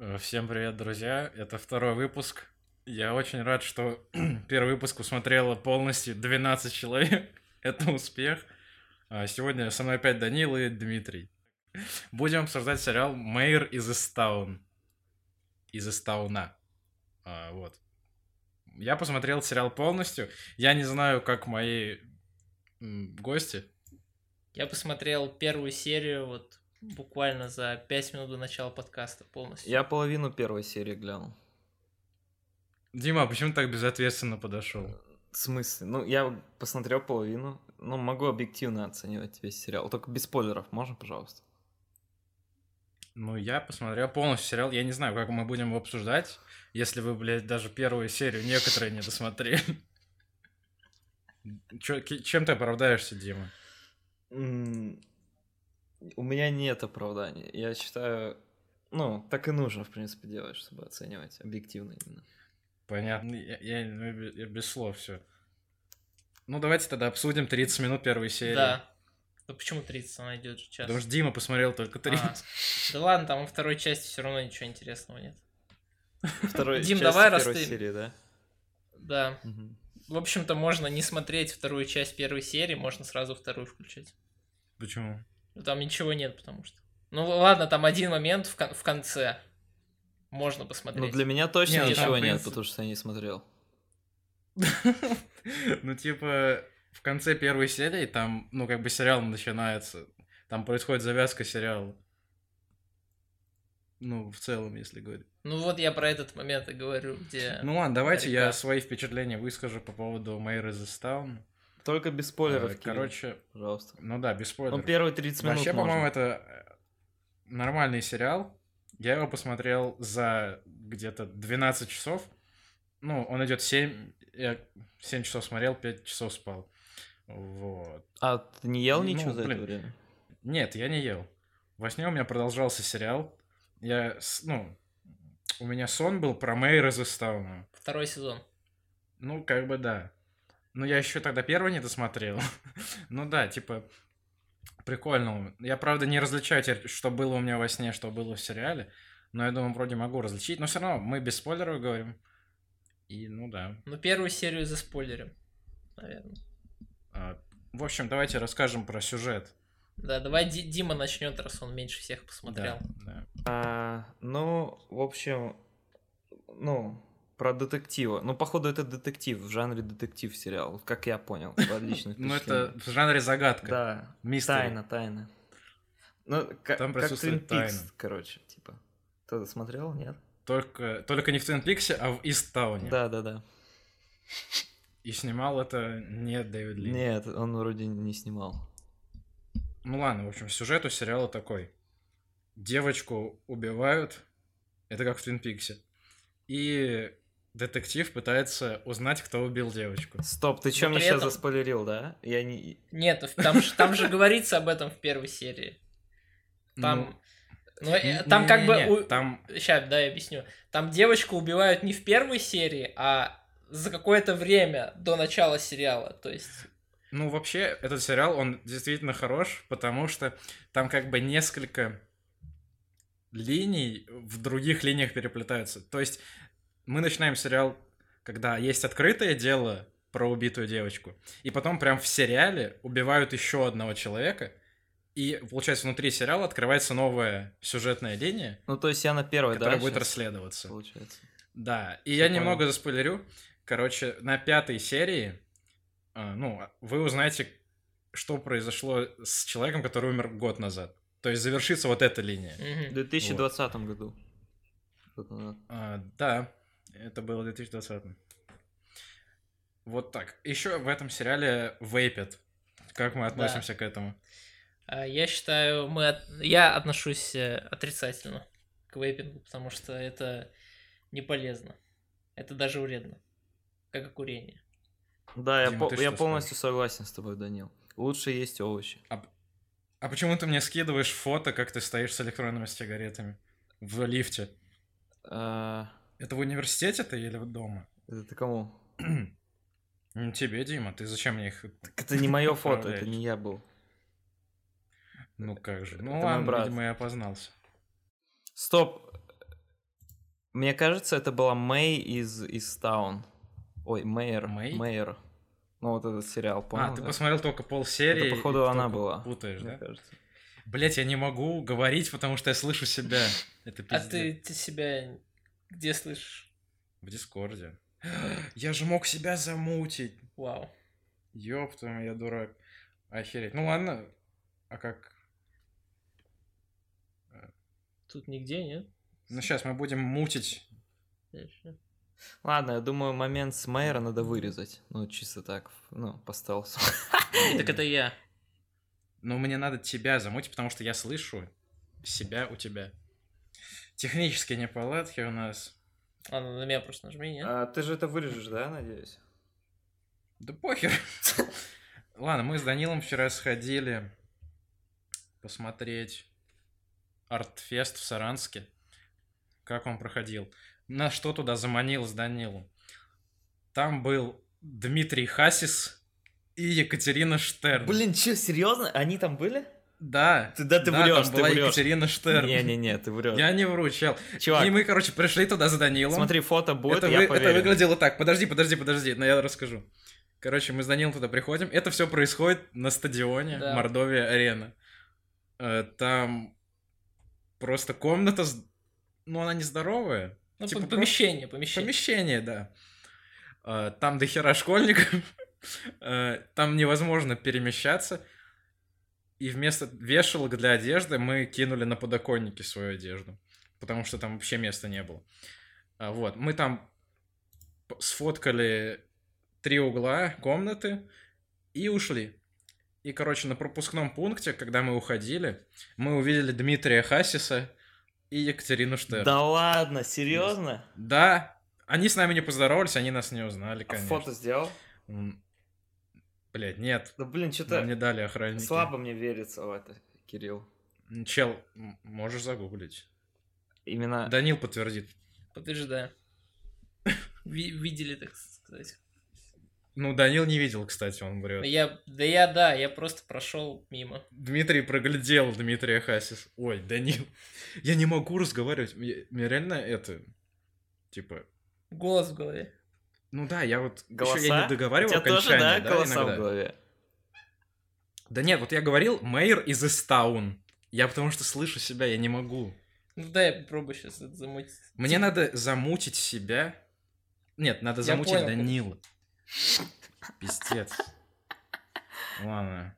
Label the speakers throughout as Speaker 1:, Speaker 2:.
Speaker 1: Э, Всем привет, друзья! Это второй выпуск. Я очень рад, что первый выпуск усмотрело полностью 12 человек. Это успех. А Сегодня со мной опять Данил и Дмитрий. Будем обсуждать сериал «Мэйр из Истаун». Из Истауна. А, Вот. Я посмотрел сериал полностью. Я не знаю, как мои м, гости.
Speaker 2: Я посмотрел первую серию вот буквально за 5 минут до начала подкаста полностью.
Speaker 3: Я половину первой серии глянул.
Speaker 1: Дима, а почему так безответственно подошел?
Speaker 3: В смысле? Ну, я посмотрел половину. Ну, могу объективно оценивать весь сериал. Только без спойлеров, можно, пожалуйста?
Speaker 1: Ну, я посмотрел полностью сериал. Я не знаю, как мы будем его обсуждать, если вы, блядь, даже первую серию некоторые не досмотрели. Чё- ки- чем ты оправдаешься, Дима?
Speaker 3: М, У меня нет оправдания. Я считаю, ну, так и нужно, в принципе, делать, чтобы оценивать объективно именно.
Speaker 1: Понятно. Я, я- ну, я бе- я без слов все. Ну, давайте тогда обсудим 30 минут первой серии.
Speaker 2: Да. Да почему 30? Она идет же час.
Speaker 1: Потому что Дима посмотрел только 30.
Speaker 2: А, Да ладно, там во второй части все равно ничего интересного нет.
Speaker 3: Второй
Speaker 2: Дим,
Speaker 3: части
Speaker 2: давай, раз
Speaker 3: первой
Speaker 2: ты-
Speaker 3: серии, да?
Speaker 2: Да.
Speaker 3: Мгм.
Speaker 2: В общем-то, можно не смотреть вторую часть первой серии, можно сразу вторую включать.
Speaker 1: Почему?
Speaker 2: Ну, Там ничего нет, потому что. Ну л- ладно, там один момент в, кон- в конце. Можно посмотреть.
Speaker 3: Ну, для меня точно
Speaker 1: Не, ну, там,
Speaker 3: ничего
Speaker 1: в
Speaker 3: нет,
Speaker 1: принципе-
Speaker 3: потому что я не смотрел.
Speaker 1: Ну, типа, в конце первой серии там, ну, как бы сериал начинается. Там происходит завязка сериала. Ну, в целом, если говорить.
Speaker 2: Ну вот я про этот момент и говорю, где.
Speaker 1: Ну ладно, давайте я
Speaker 2: Река.
Speaker 1: свои впечатления выскажу по поводу Мэйр из Истаун.
Speaker 3: Только
Speaker 1: Э,
Speaker 3: без спойлеров, Кирилл,
Speaker 1: Короче,
Speaker 3: пожалуйста.
Speaker 1: ну да, без
Speaker 3: Ну,
Speaker 1: спойлеров.
Speaker 3: первые 30 минут
Speaker 1: Вообще, по-моему,
Speaker 3: можно.
Speaker 1: это э, нормальный сериал. Я его посмотрел за где-то 12 часов. Ну, он идет 7... Я 7 часов смотрел, 5 часов спал. Вот.
Speaker 3: А ты не ел
Speaker 1: Ну,
Speaker 3: ничего за
Speaker 1: блин.
Speaker 3: это время?
Speaker 1: Нет, я не ел. Во сне у меня продолжался сериал. Я, с- ну, у меня сон был про Мэйра из Истауна.
Speaker 2: Второй сезон.
Speaker 1: Ну, как бы да. Ну, я еще тогда первый не досмотрел. ну да, типа, прикольно. Я, правда, не различаю теперь, что было у меня во сне, что было в сериале. Но я думаю, вроде могу различить. Но все равно мы без спойлеров говорим. И, ну да.
Speaker 2: Ну, первую серию за спойлером. Наверное.
Speaker 1: А, в общем, давайте расскажем про сюжет.
Speaker 2: Да, давай Ди- Дима начнет, раз он меньше всех посмотрел.
Speaker 1: Да,
Speaker 3: А, ну, в общем, ну, про детектива. Ну, походу, это детектив, в жанре детектив сериал, как я понял, по
Speaker 1: да.
Speaker 3: отличных
Speaker 1: Ну, это
Speaker 3: впечатлениям.
Speaker 1: в жанре загадка.
Speaker 3: Да,
Speaker 1: Мистери.
Speaker 3: тайна, тайна. Ну, ка-
Speaker 1: Там
Speaker 3: как Twin
Speaker 1: присутствует
Speaker 3: Peaks,
Speaker 1: тайна.
Speaker 3: короче, типа. Кто-то смотрел, нет?
Speaker 1: Только, только не в Твин Пиксе, а в Истауне.
Speaker 3: Да, да, да.
Speaker 1: И снимал это не Дэвид Лин.
Speaker 3: Нет, он вроде не снимал.
Speaker 1: Ну ладно, в общем, сюжет у сериала такой. Девочку убивают, это как в Твин Пиксе, и детектив пытается узнать, кто убил девочку.
Speaker 3: Стоп, ты чё
Speaker 2: Но Ну,
Speaker 3: мне
Speaker 2: при
Speaker 3: сейчас
Speaker 2: этом-
Speaker 3: заспойлерил, да? Я не...
Speaker 2: Нет, в- там, ж- там же говорится об этом в первой серии. Там, ну, э,
Speaker 1: Ну,
Speaker 2: там как бы...
Speaker 1: не-не-не,
Speaker 2: у-
Speaker 1: Там...
Speaker 2: Сейчас, да, я объясню. Там девочку убивают не в первой серии, а за какое-то время до начала сериала. То есть,
Speaker 1: Ну, вообще, этот сериал, он действительно хорош, потому что там как бы несколько линий в других линиях переплетаются. То есть мы начинаем сериал, когда есть открытое дело про убитую девочку, и потом прям в сериале убивают еще одного человека, и, получается, внутри сериала открывается новая сюжетная линия,
Speaker 3: Ну, то есть я на первой, да?
Speaker 1: которая будет
Speaker 3: щас,
Speaker 1: расследоваться.
Speaker 3: Получается.
Speaker 1: Да, и
Speaker 3: Всё
Speaker 1: я
Speaker 3: понял.
Speaker 1: немного заспойлерю. Короче, на пятой серии, а, ну, вы узнаете, что произошло с человеком, который умер год назад. То есть завершится вот эта линия.
Speaker 3: В
Speaker 2: мгм.
Speaker 3: 2020 году. Что-то надо.
Speaker 1: А, да, это было в 2020. Вот так. Еще в этом сериале вейпят. Как мы относимся к этому?
Speaker 2: А я считаю, мы... от- Я отношусь э, отрицательно к вейпингу, потому что это не полезно. Это даже вредно. Как и курение.
Speaker 3: Да, я,
Speaker 1: Дима,
Speaker 3: по-
Speaker 1: ты
Speaker 3: я
Speaker 1: что
Speaker 3: полностью согласен с тобой, Данил. Лучше есть овощи.
Speaker 1: А почему ты мне скидываешь фото, как ты стоишь с электронными сигаретами в лифте?
Speaker 3: А,
Speaker 1: Это в университете ты или дома?
Speaker 3: это ты кому?
Speaker 1: Не тебе, Дима, ты зачем мне их
Speaker 3: Так это не мое фото,
Speaker 1: Отправляешь.
Speaker 3: это не я был.
Speaker 1: Ну как же.
Speaker 3: Это
Speaker 1: Ну
Speaker 3: мой
Speaker 1: ладно,
Speaker 3: брат.
Speaker 1: видимо, я опознался.
Speaker 3: Стоп! Мне кажется, это была Мэй из, из Таун. Ой, Мэйр.
Speaker 1: Мэй?
Speaker 3: Мэйр. Ну, вот этот сериал,
Speaker 1: А,
Speaker 3: понял?
Speaker 1: ты
Speaker 3: да?
Speaker 1: посмотрел только полсерии.
Speaker 3: Это,
Speaker 1: и
Speaker 3: походу, она
Speaker 1: только
Speaker 3: была.
Speaker 1: Путаешь,
Speaker 3: Мне
Speaker 1: да?
Speaker 3: кажется.
Speaker 1: Блять, я не могу говорить, потому что я слышу себя. Это
Speaker 2: А
Speaker 1: пиздец.
Speaker 2: ты, ты себя где слышишь?
Speaker 1: В Дискорде. Я же мог себя замутить.
Speaker 2: Вау.
Speaker 1: Ёпта, я дурак. Охереть. Ну ладно. А как?
Speaker 2: Тут нигде, нет?
Speaker 1: Ну сейчас мы будем мутить.
Speaker 2: Дальше.
Speaker 3: Ладно, я думаю, момент с Мэйра надо вырезать. Ну, чисто так, ну, по стелсу.
Speaker 2: Так это я.
Speaker 1: Но мне надо тебя замутить, потому что я слышу себя у тебя. Технические неполадки у нас.
Speaker 2: Ладно, на меня просто нажми, нет?
Speaker 3: А, ты же это вырежешь, да, надеюсь?
Speaker 1: Да похер. Ладно, мы с Данилом вчера сходили посмотреть Артфест в Саранске. Как он проходил. На что туда заманил с Данилом. Там был Дмитрий Хасис и Екатерина Штерн.
Speaker 3: Блин, че, серьезно? Они там были?
Speaker 1: Да.
Speaker 3: Ты- да, ты врёшь,
Speaker 1: там
Speaker 3: ты
Speaker 1: была
Speaker 3: врёшь.
Speaker 1: Екатерина Штерн.
Speaker 3: Не-не-не, ты врешь.
Speaker 1: Я не вру, чел.
Speaker 3: Чувак,
Speaker 1: И мы, короче, пришли туда с Данилом.
Speaker 3: смотри, фото будет,
Speaker 1: это, вы-
Speaker 3: я
Speaker 1: это
Speaker 3: поверю.
Speaker 1: выглядело так. Подожди, подожди, подожди, но я расскажу. Короче, мы с Данилом туда приходим. Это все происходит на стадионе
Speaker 2: Да.
Speaker 1: Мордовия Арена. Э, Там просто комната, с- ну она не здоровая.
Speaker 2: Ну,
Speaker 1: типа
Speaker 2: пом- помещение, помещение.
Speaker 1: Помещение, да. Э, Там дохера школьников. Э, Там невозможно перемещаться. И вместо вешалок для одежды мы кинули на подоконники свою одежду. Потому что там вообще места не было. А, Вот. Мы там п- сфоткали три угла комнаты и ушли. И, короче, на пропускном пункте, когда мы уходили, мы увидели Дмитрия Хасиса и Екатерину Штерн.
Speaker 3: Да ладно, серьезно?
Speaker 1: Да, они с нами не поздоровались, они нас не узнали,
Speaker 3: А
Speaker 1: конечно.
Speaker 3: фото сделал?
Speaker 1: М, Блядь, нет.
Speaker 3: Да блин,
Speaker 1: Нам не
Speaker 3: что-то
Speaker 1: дали охранники.
Speaker 3: слабо мне верится в это, Кирилл.
Speaker 1: М, Чел, м, можешь загуглить.
Speaker 3: Именно...
Speaker 1: Данил подтвердит.
Speaker 2: Подтверждаю. Ви- Видели, так сказать.
Speaker 1: Ну, Данил не видел, кстати, он врет.
Speaker 2: Я, да я, да, я просто прошел мимо.
Speaker 1: Дмитрий проглядел Дмитрия Хасис. Ой, Данил. Я не могу разговаривать. Мне, мне реально это... Типа...
Speaker 2: Голос в голове.
Speaker 1: Ну да, я вот... ещё
Speaker 3: Голоса?
Speaker 1: я не договаривал
Speaker 3: У тебя тоже,
Speaker 1: окончание,
Speaker 3: да,
Speaker 1: да,
Speaker 3: голоса
Speaker 1: иногда?
Speaker 3: в голове?
Speaker 1: Да нет, вот я говорил Мэйр из Истаун. Я потому что слышу себя, я не могу.
Speaker 2: Ну да, я попробую сейчас это замутить.
Speaker 1: Мне надо замутить себя. Нет, надо
Speaker 2: Я
Speaker 1: замутить
Speaker 2: понял,
Speaker 1: Данила. Пиздец. Ладно.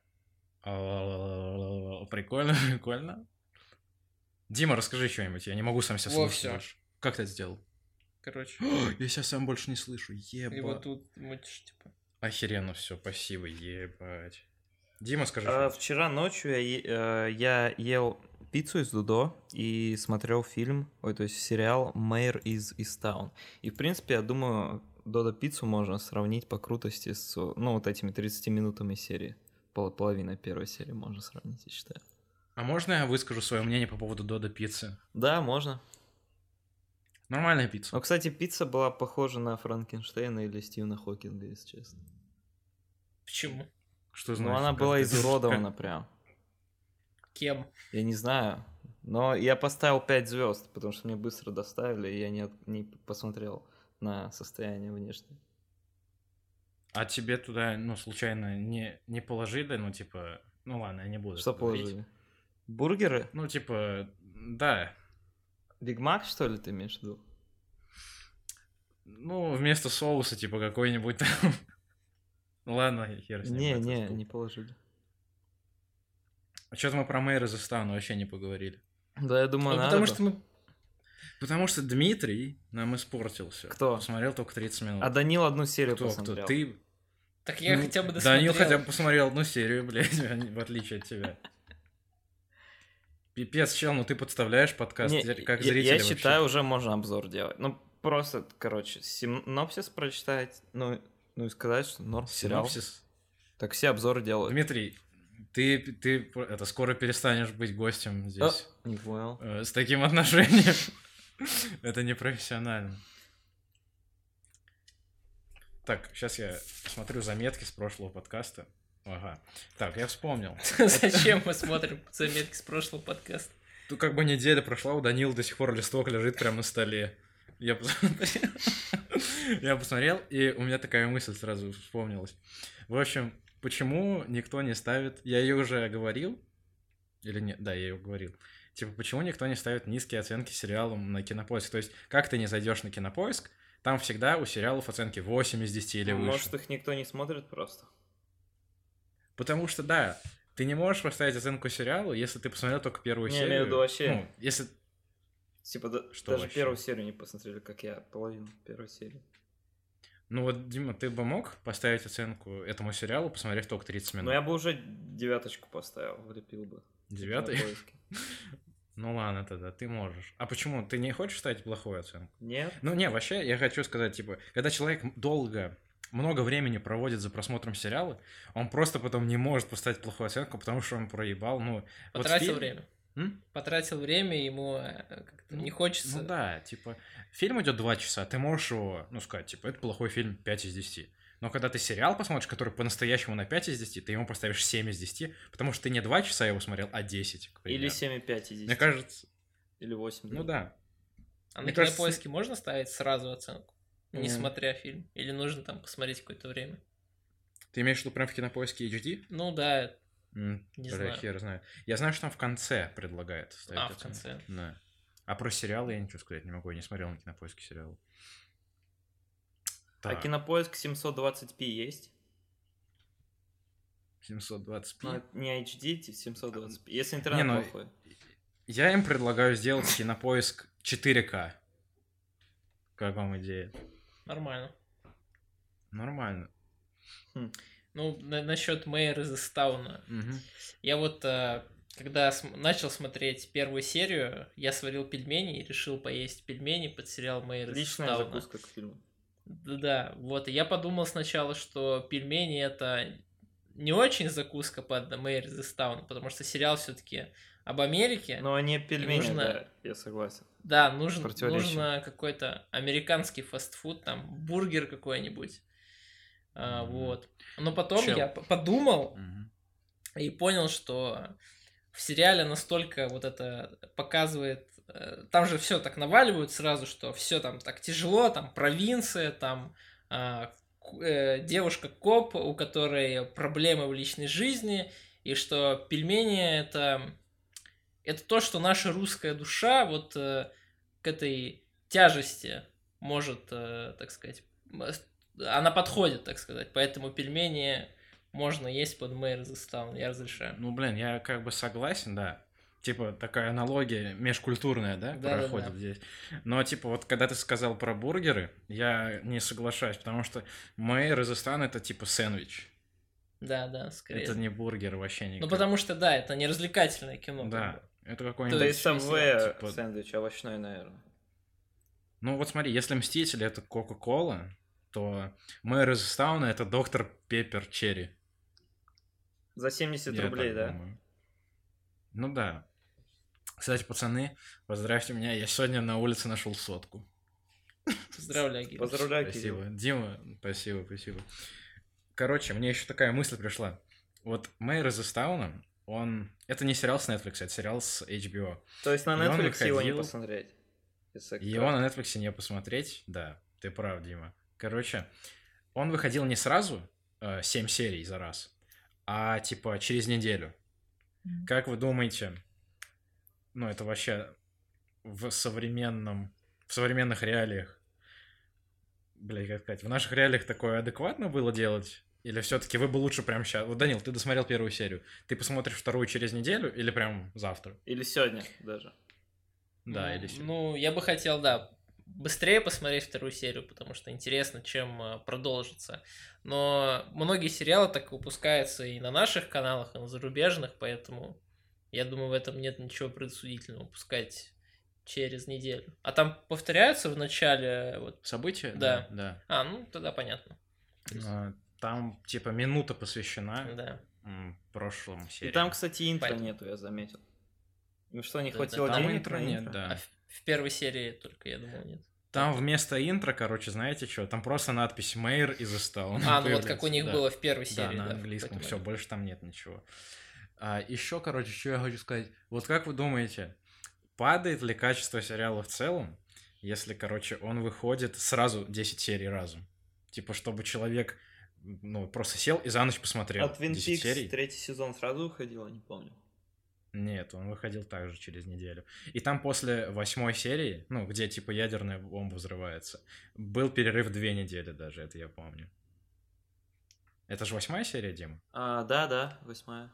Speaker 1: О, Прикольно, прикольно. Дима, расскажи что-нибудь. Я не могу сам себя
Speaker 2: Во,
Speaker 1: слышать
Speaker 2: всё.
Speaker 1: больше. Как ты это сделал?
Speaker 2: Короче.
Speaker 1: Я себя сам больше не слышу.
Speaker 2: И вот
Speaker 1: Ебать.
Speaker 2: тут мутишь, типа.
Speaker 1: Охеренно все, спасибо, ебать. Дима, скажи.
Speaker 3: А,
Speaker 1: что-нибудь.
Speaker 3: Вчера ночью я, е- э, я ел пиццу из Дудо и смотрел фильм, ой, то есть сериал «Мэйр из Истаун». И, в принципе, я думаю, Додо пиццу можно сравнить по крутости с, ну, вот этими 30 минутами серии. Пол- Половина первой серии можно сравнить, я считаю.
Speaker 1: А можно я выскажу свое мнение по поводу Дода пиццы?
Speaker 3: Да, можно.
Speaker 1: Нормальная пицца.
Speaker 3: Но, Ну, а, кстати, пицца была похожа на Франкенштейна или Стивена Хокинга, если честно.
Speaker 2: Почему?
Speaker 1: Что
Speaker 3: Ну,
Speaker 1: значит?
Speaker 3: она
Speaker 1: как
Speaker 3: была
Speaker 1: ты-
Speaker 3: изуродована прям.
Speaker 2: Кем?
Speaker 3: Я не знаю. Но я поставил 5 звезд, потому что мне быстро доставили, и я не, от- не посмотрел на состояние внешнее.
Speaker 1: А тебе туда, ну, случайно не, не положили, ну, типа, ну ладно, я не буду.
Speaker 3: Что
Speaker 1: это говорить.
Speaker 3: положили? Бургеры?
Speaker 1: Ну, типа, да.
Speaker 3: Биг Мак, что ли, ты имеешь в виду?
Speaker 1: Ну, вместо соуса, типа, какой-нибудь там. Ну, Ладно, хер с ним.
Speaker 3: Не, не, не положили.
Speaker 1: Что-то мы про мэра застану вообще не поговорили.
Speaker 3: Да, я думаю,
Speaker 2: Ну,
Speaker 3: надо
Speaker 2: потому
Speaker 3: бы.
Speaker 2: что мы...
Speaker 1: Потому что Дмитрий нам испортился.
Speaker 3: Кто?
Speaker 1: Посмотрел только 30 минут.
Speaker 3: А Данил одну серию
Speaker 1: кто, кто?
Speaker 3: посмотрел.
Speaker 1: Ты?
Speaker 2: Так я
Speaker 1: Ну,
Speaker 2: хотя бы досмотрел.
Speaker 1: Данил хотя бы посмотрел одну серию, блядь, в отличие от тебя. Пипец, чел, ну ты подставляешь подкаст
Speaker 3: Не,
Speaker 1: зри- как
Speaker 3: я,
Speaker 1: зритель
Speaker 3: я
Speaker 1: вообще.
Speaker 3: считаю, уже можно обзор делать. Ну, просто, короче, синопсис прочитать, ну, ну и сказать, что норм сериал.
Speaker 1: Синопсис.
Speaker 3: Так все обзоры делают.
Speaker 1: Дмитрий, ты, ты это, скоро перестанешь быть гостем здесь.
Speaker 3: Не понял.
Speaker 1: Э, С таким отношением. Это непрофессионально. Так, сейчас я смотрю заметки с прошлого подкаста. Ага. Так, я вспомнил.
Speaker 2: Зачем мы смотрим заметки с прошлого подкаста?
Speaker 1: Тут как бы неделя прошла, у Данила до сих пор листок лежит прямо на столе. Я посмотрел. Я посмотрел, и у меня такая мысль сразу вспомнилась. В общем, почему никто не ставит... Я ее уже говорил. Или нет? Да, я ее говорил. Типа, почему никто не ставит низкие оценки сериалам на Кинопоиск? То есть, как ты не зайдешь на Кинопоиск, там всегда у сериалов оценки 8 из 10 или выше.
Speaker 3: Ну, Может, их никто не смотрит просто.
Speaker 1: Потому что, да, ты не можешь поставить оценку сериалу, если ты посмотрел только первую
Speaker 3: Не,
Speaker 1: серию.
Speaker 3: имею в виду вообще.
Speaker 1: Ну, если...
Speaker 3: Типа, да-
Speaker 1: Что
Speaker 3: даже
Speaker 1: вообще?
Speaker 3: первую серию не посмотрели, как я, половину первой серии.
Speaker 1: Ну вот, Дима, ты бы мог поставить оценку этому сериалу, посмотрев только 30 минут?
Speaker 3: Но Ну, я бы уже девяточку поставил, влепил бы.
Speaker 1: Девятый?
Speaker 3: На поиске.
Speaker 1: Ну ладно тогда, ты можешь. А почему? Ты не хочешь ставить плохую оценку?
Speaker 3: Нет?
Speaker 1: Ну не, вообще, я хочу сказать, типа, когда человек долго, много времени проводит за просмотром сериала, он просто потом не может поставить плохую оценку, потому что он проебал, ну... вот
Speaker 2: Потратил
Speaker 1: фильм-
Speaker 2: время.
Speaker 1: М?
Speaker 2: Потратил время, ему э, как-то не хочется.
Speaker 1: Ну да, типа, фильм идет два часа, ты можешь его, ну сказать, типа, это плохой фильм 5 из 10. Но когда ты сериал посмотришь, который по-настоящему на 5 из 10, ты ему поставишь 7 из 10, потому что ты не 2 часа его смотрел, а 10. к
Speaker 3: Или
Speaker 1: примеру.
Speaker 3: 7,5 из 10.
Speaker 1: Мне кажется,
Speaker 3: Или 8.
Speaker 1: ну да,
Speaker 2: А
Speaker 1: Мне
Speaker 2: на
Speaker 1: кажется,
Speaker 2: кинопоиске можно ставить сразу оценку, не
Speaker 1: М.
Speaker 2: смотря фильм? Или нужно там посмотреть какое-то время?
Speaker 1: Ты имеешь в виду прям в кинопоиске HD?
Speaker 2: Ну да,
Speaker 1: М,
Speaker 2: Не
Speaker 1: бля,
Speaker 2: знаю.
Speaker 1: хер знает. Я знаю, что там в конце предлагает. ставить
Speaker 2: А, в
Speaker 1: оценку.
Speaker 2: конце.
Speaker 1: Да. А про сериал я ничего сказать не могу, я не смотрел на кинопоиске сериал.
Speaker 3: А
Speaker 2: А
Speaker 1: Так,
Speaker 3: кинопоиск 720p есть?
Speaker 1: 720p.
Speaker 3: Ну, не HD, типа 720p. Если интернет
Speaker 1: Не, ну,
Speaker 3: плохой.
Speaker 1: Я им предлагаю сделать кинопоиск 4К. Как вам идея?
Speaker 2: нормально.
Speaker 1: Нормально.
Speaker 2: Ну, насчет Мэйр из Истауна.
Speaker 1: Мгм.
Speaker 2: Я вот, э, когда см- начал смотреть первую серию, я сварил пельмени и решил поесть пельмени под сериал Мэйр из
Speaker 3: Отличная
Speaker 2: Истауна.
Speaker 3: закуска к фильму.
Speaker 2: Да, вот. и Я подумал сначала, что пельмени это не очень закуска под Мэйр из Истауна, потому что сериал все-таки об Америке.
Speaker 3: Но не пельмени,
Speaker 2: нужно-
Speaker 3: да, я согласен.
Speaker 2: Да, нужен,
Speaker 3: Противоречие.
Speaker 2: нужно какой-то американский фастфуд, там, бургер какой-нибудь. А,
Speaker 1: Мгм.
Speaker 2: вот. Но потом
Speaker 1: Чел.
Speaker 2: я п- подумал
Speaker 1: Мгм.
Speaker 2: и понял, что в сериале настолько вот это показывает... э, Там же все так наваливают сразу, что все там так тяжело, там провинция, там а, к- э, девушка-коп, у которой проблемы в личной жизни, и что пельмени это, это то, что наша русская душа вот э, к этой тяжести может, э, так сказать, м- она подходит, так сказать, поэтому пельмени можно есть под мэр я разрешаю.
Speaker 1: Ну, блин, я как бы согласен, да. Типа такая аналогия межкультурная, да,
Speaker 2: Да-да-да.
Speaker 1: проходит здесь. Но типа вот когда ты сказал про бургеры, я не соглашаюсь, потому что мой Розестан это типа сэндвич.
Speaker 2: Да, да, скорее.
Speaker 1: Это не бургер вообще никак.
Speaker 2: Ну, потому что, да, это не развлекательное кино.
Speaker 1: Да,
Speaker 2: как бы.
Speaker 1: это
Speaker 2: Ну,
Speaker 1: какой-нибудь...
Speaker 3: Это
Speaker 2: да,
Speaker 3: из Subway
Speaker 1: типа-
Speaker 3: сэндвич овощной, наверное.
Speaker 1: Ну вот смотри, если Мстители это Кока-Кола, то мой Розестан это доктор Пеппер Черри.
Speaker 3: За 70
Speaker 1: Я
Speaker 3: рублей,
Speaker 1: так
Speaker 3: да?
Speaker 1: думаю. Ну да. Кстати, пацаны, поздравьте меня, я сегодня на улице нашел сотку.
Speaker 2: Поздравляю,
Speaker 3: Типа,
Speaker 2: Гиля.
Speaker 3: Поздравляю,
Speaker 1: Спасибо.
Speaker 3: Кирилл.
Speaker 1: Дима, спасибо, спасибо. Короче, мне еще такая мысль пришла. Вот Мэйр из Истауна, он... Это не сериал с Netflix, это сериал с HBO.
Speaker 3: То есть на
Speaker 1: И он
Speaker 3: Netflix его не
Speaker 1: выходил.
Speaker 3: посмотреть. Если
Speaker 1: Его на Netflix не посмотреть, да, ты прав, Дима. Короче, он выходил не сразу, 7 серий за раз, а типа через неделю. Как вы думаете, ну это вообще в современном, в современных реалиях, блядь, как сказать, в наших реалиях такое адекватно было делать? Или все-таки вы бы лучше прямо сейчас... Вот, Данил, ты досмотрел первую серию. Ты посмотришь вторую через неделю или прям завтра?
Speaker 3: Или сегодня даже.
Speaker 1: Да,
Speaker 2: ну,
Speaker 1: или сегодня.
Speaker 2: Ну, я бы хотел, да, быстрее посмотреть вторую серию, потому что интересно, чем э, продолжится. Но многие сериалы так выпускаются и на наших каналах, и на зарубежных, поэтому я думаю, в этом нет ничего предосудительного пускать через неделю. А там повторяются в начале, вот...
Speaker 1: События?
Speaker 2: Да.
Speaker 1: Да.
Speaker 2: А, ну, тогда понятно.
Speaker 1: А, Там, типа, минута посвящена
Speaker 2: Да.
Speaker 1: м, прошлым сериям.
Speaker 3: И там, кстати, интро
Speaker 2: Поэтому.
Speaker 3: нету, я заметил. Ну что, не
Speaker 2: Да,
Speaker 3: хватило
Speaker 2: да, там
Speaker 1: Там
Speaker 3: денег
Speaker 1: интро
Speaker 3: на
Speaker 1: нет,
Speaker 3: интро?
Speaker 2: А
Speaker 1: да.
Speaker 2: в, в первой серии только, я думал, нет.
Speaker 1: Там вместо интро, короче, знаете что? Там просто надпись «Мэйр» и «Застал».
Speaker 2: А, ну вот как у них
Speaker 1: да.
Speaker 2: было в первой
Speaker 1: Да,
Speaker 2: серии.
Speaker 1: на
Speaker 2: да,
Speaker 1: английском,
Speaker 2: поэтому
Speaker 1: все, больше там нет ничего. еще, короче, что я хочу сказать. Вот как вы думаете, падает ли качество сериала в целом, если, короче, он выходит сразу 10 серий разом. Типа, чтобы человек, ну, просто сел и за ночь посмотрел
Speaker 3: От А Twin
Speaker 1: 10 серий.
Speaker 3: Peaks третий сезон сразу выходил, я не помню.
Speaker 1: Нет, он выходил также через неделю. И там после восьмой серии, ну, где типа ядерная бомба взрывается, был перерыв две недели даже, это я помню. Это же восьмая серия, Дима?
Speaker 3: А, да, да, восьмая.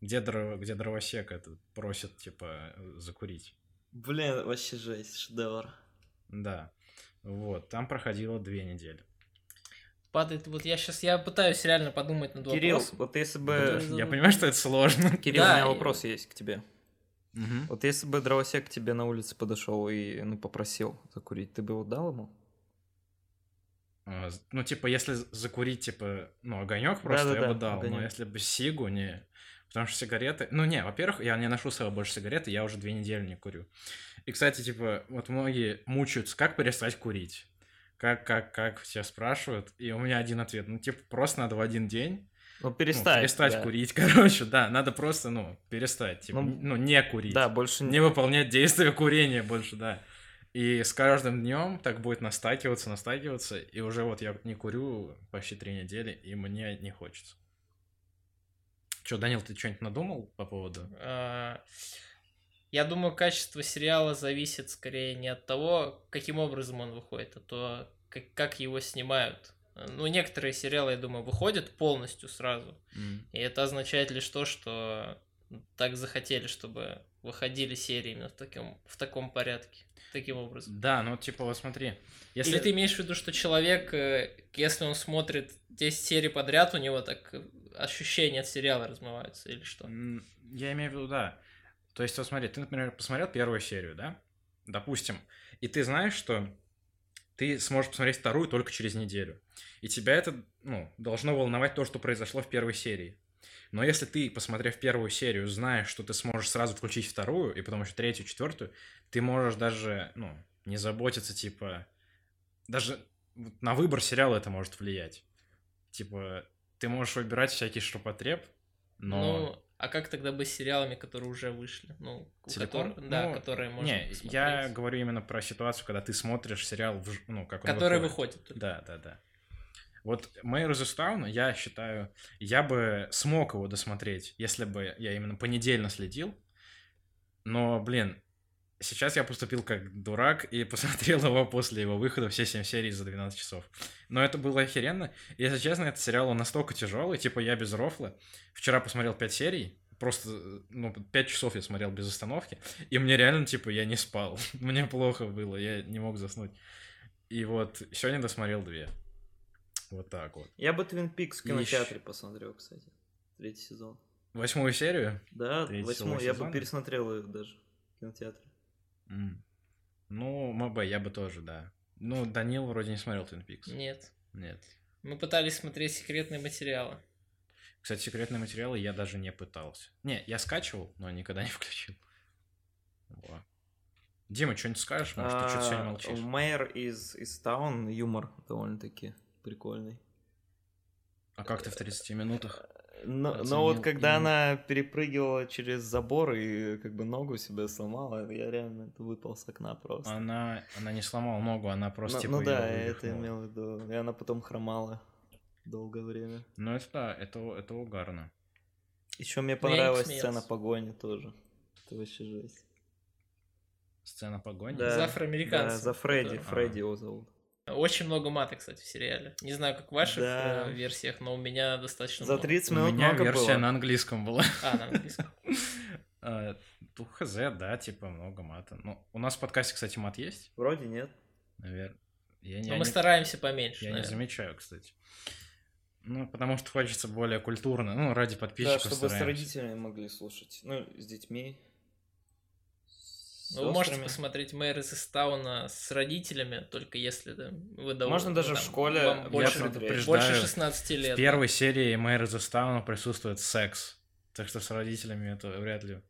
Speaker 1: Где, дро- где дровосек этот просит, типа, э, закурить.
Speaker 3: Блин, вообще жесть, шедевр.
Speaker 1: Да. Вот, там проходило две недели.
Speaker 2: Падает, вот я сейчас, я пытаюсь реально подумать над
Speaker 3: Кирилл,
Speaker 2: вопросом.
Speaker 3: вот если
Speaker 1: Я
Speaker 3: бы...
Speaker 2: Блин.
Speaker 1: понимаю, что это сложно.
Speaker 3: Кирилл,
Speaker 2: Да,
Speaker 3: у меня
Speaker 2: и-
Speaker 3: вопрос есть к тебе. Вот если бы дровосек к тебе на улице подошел и ну, попросил закурить, ты бы его дал ему?
Speaker 1: А, з- Ну, типа, если з- закурить, типа, ну, огонек просто, я
Speaker 3: Да-да-да,
Speaker 1: бы дал. Но
Speaker 3: огонёк.
Speaker 1: если бы сигу, не. Потому что сигареты... Ну, не, во-первых, я не ношу с собой больше сигареты, я уже две недели не курю. И, кстати, типа, вот многие мучаются, как перестать курить? Как, как, как, все спрашивают. И у меня один ответ. Ну, типа, просто надо в один день
Speaker 3: Ну,
Speaker 1: ну,
Speaker 3: перестать.
Speaker 1: перестать
Speaker 3: да.
Speaker 1: курить, короче, да. Надо просто, ну, перестать, типа,
Speaker 3: Ну,
Speaker 1: н- ну, не курить
Speaker 3: Да, больше не...
Speaker 1: не выполнять действия курения больше, да. И с каждым днем так будет настакиваться, настакиваться, и уже вот я не курю почти три недели, и мне не хочется. Че, Данил, ты что-нибудь надумал по поводу?
Speaker 2: А, Я думаю, качество сериала зависит скорее не от того, каким образом он выходит, а то, как, как его снимают. Ну, некоторые сериалы, я думаю, выходят полностью сразу. И это означает лишь то, что так захотели, чтобы выходили серии именно в таком, в таком порядке, таким образом.
Speaker 1: Да, ну типа вот смотри, если
Speaker 2: Или ты имеешь в виду, что человек, э, если он смотрит 10 серий подряд, у него так э, ощущения от сериала размываются или что?
Speaker 1: М, Я имею в виду, да. То есть, вот смотри, ты, например, посмотрел первую серию, да? Допустим. И ты знаешь, что ты сможешь посмотреть вторую только через неделю. И тебя это, ну, должно волновать то, что произошло в первой серии. Но если ты, посмотрев первую серию, знаешь, что ты сможешь сразу включить вторую, и потом еще третью, четвертую, ты можешь даже, ну, не заботиться, типа... Даже вот на выбор сериала это может влиять. Типа, ты можешь выбирать всякий ширпотреб, но...
Speaker 2: Ну, а как тогда быть с сериалами, которые уже вышли? Ну, у
Speaker 1: Целиком?
Speaker 2: которых- да,
Speaker 1: Ну,
Speaker 2: которые можно
Speaker 1: Не,
Speaker 2: посмотреть.
Speaker 1: я говорю именно про ситуацию, когда ты смотришь сериал, в ж- ну, как он
Speaker 2: Которые
Speaker 1: выходит.
Speaker 2: выходят. только.
Speaker 1: Да, да, да. Вот Мэйр из Истауна, я считаю, я бы смог его досмотреть, если бы я именно понедельно следил. Но, блин, сейчас я поступил как дурак и посмотрел его после его выхода все 7 серий за 12 часов. Но это было охеренно. И, Если честно, этот сериал он настолько тяжелый, типа я без рофла. Вчера посмотрел 5 серий, просто, э, ну, 5 часов я смотрел без остановки, и мне реально, типа, я не спал. Мне плохо было, я не мог заснуть. И вот сегодня досмотрел две. Вот так вот.
Speaker 3: Я бы Twin Peaks в
Speaker 1: И ещё-
Speaker 3: кинотеатре посмотрел, кстати. Третий сезон.
Speaker 1: Восьмую серию?
Speaker 3: Да,
Speaker 1: Третьего
Speaker 3: восьмой. Я бы
Speaker 1: сезона?
Speaker 3: пересмотрел ее даже в кинотеатре.
Speaker 1: М. Ну, МБ, я бы тоже, да. Ну, Данил вроде не смотрел Twin Peaks.
Speaker 2: Нет.
Speaker 1: Нет.
Speaker 2: Мы пытались смотреть секретные материалы.
Speaker 1: Кстати, секретные материалы я даже не пытался. Не, я скачивал, но никогда не включил. Во. Дима, что-нибудь скажешь? Может, ты что-то сегодня
Speaker 3: А,
Speaker 1: молчишь?
Speaker 3: Мэр из, из Таун, юмор довольно-таки прикольный.
Speaker 1: А как ты в 30 минутах?
Speaker 3: Но,
Speaker 1: Оценил
Speaker 3: но вот когда
Speaker 1: именно.
Speaker 3: она перепрыгивала через забор и как бы ногу себе сломала, я реально выпал с окна просто.
Speaker 1: Она, она не сломала ногу, она просто типа
Speaker 3: ну, ну
Speaker 1: её
Speaker 3: да, я это
Speaker 1: вывихнула.
Speaker 3: имел в виду. И она потом хромала долгое время.
Speaker 1: Ну это да, это, это угарно.
Speaker 3: Еще мне
Speaker 2: Ну, не
Speaker 3: понравилась
Speaker 2: посмеялся.
Speaker 3: сцена погони тоже. Это вообще жесть.
Speaker 1: Сцена погони.
Speaker 3: Да.
Speaker 2: За
Speaker 3: Да,
Speaker 2: афроамериканцев.
Speaker 3: за Фредди,
Speaker 2: которые-
Speaker 1: Ага.
Speaker 3: Фредди его зовут.
Speaker 2: Очень много мата, кстати, в сериале. Не знаю, как в ваших
Speaker 3: Да.
Speaker 2: э, версиях, но у меня достаточно
Speaker 3: За
Speaker 2: много.
Speaker 3: 30
Speaker 1: У
Speaker 3: минут
Speaker 1: меня
Speaker 3: много
Speaker 1: версия
Speaker 3: было.
Speaker 1: на английском была.
Speaker 2: А, на английском.
Speaker 1: А, Ну, хз, да, типа много мата. Ну, у нас в подкасте, кстати, мат есть,
Speaker 3: Вроде нет.
Speaker 1: наверное. Я, не-
Speaker 3: Ну,
Speaker 2: Но
Speaker 1: я
Speaker 2: мы
Speaker 1: не-
Speaker 2: стараемся поменьше.
Speaker 1: я не
Speaker 2: наверное.
Speaker 1: замечаю, кстати. Ну, потому что хочется более культурно, ну, ради
Speaker 3: Да,
Speaker 1: подписчиков
Speaker 3: чтобы с
Speaker 1: стараемся.
Speaker 3: родителями могли слушать. Ну, с детьми. С
Speaker 2: Ну, вы можете
Speaker 3: сёстрами.
Speaker 2: посмотреть Мэр из Истауна с родителями, только если да, вы довольны,
Speaker 3: Можно даже
Speaker 2: ну,
Speaker 3: в
Speaker 2: там,
Speaker 3: школе
Speaker 2: вам
Speaker 3: я
Speaker 2: больше,
Speaker 3: предупреждаю,
Speaker 2: больше 16
Speaker 1: В
Speaker 2: лет.
Speaker 1: первой серии Мэйр из Истауна присутствует секс. Так что с родителями это вряд ли.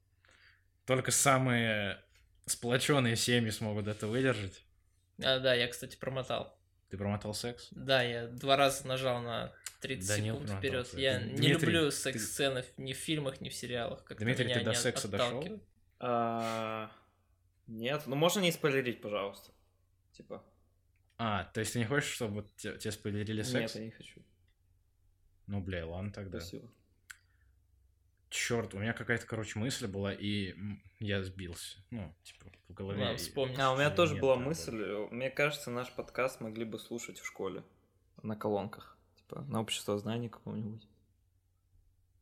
Speaker 1: Только самые сплоченные семьи смогут это выдержать.
Speaker 2: А, да, я, кстати, промотал.
Speaker 1: Ты промотал секс?
Speaker 2: Да, я два раза нажал на 30
Speaker 1: Данил
Speaker 2: секунд
Speaker 1: промотал
Speaker 2: вперед.
Speaker 1: секс.
Speaker 2: Я не
Speaker 1: Дмитрий,
Speaker 2: люблю
Speaker 1: ты-
Speaker 2: секс-сцены ни в фильмах, ни в сериалах. Как
Speaker 1: Дмитрий,
Speaker 2: меня
Speaker 1: ты до
Speaker 2: они
Speaker 1: секса
Speaker 2: отталкивают.
Speaker 3: А, Нет, ну можно не спойлерить, пожалуйста. Типа.
Speaker 1: А, то есть ты не хочешь, чтобы те- тебе спойлерили секс?
Speaker 3: Нет, я не хочу.
Speaker 1: Ну, бля, ладно тогда.
Speaker 3: Спасибо.
Speaker 1: Черт, у меня какая-то, короче, мысль была, и м, я сбился. Ну, типа, в голове.
Speaker 2: Ладно,
Speaker 1: и-
Speaker 2: вспомнишь.
Speaker 3: А, у меня
Speaker 1: Нет,
Speaker 3: тоже была
Speaker 1: да,
Speaker 3: мысль. э, Мне кажется, наш подкаст могли бы слушать в школе. На колонках. Типа, на общество знаний какого-нибудь.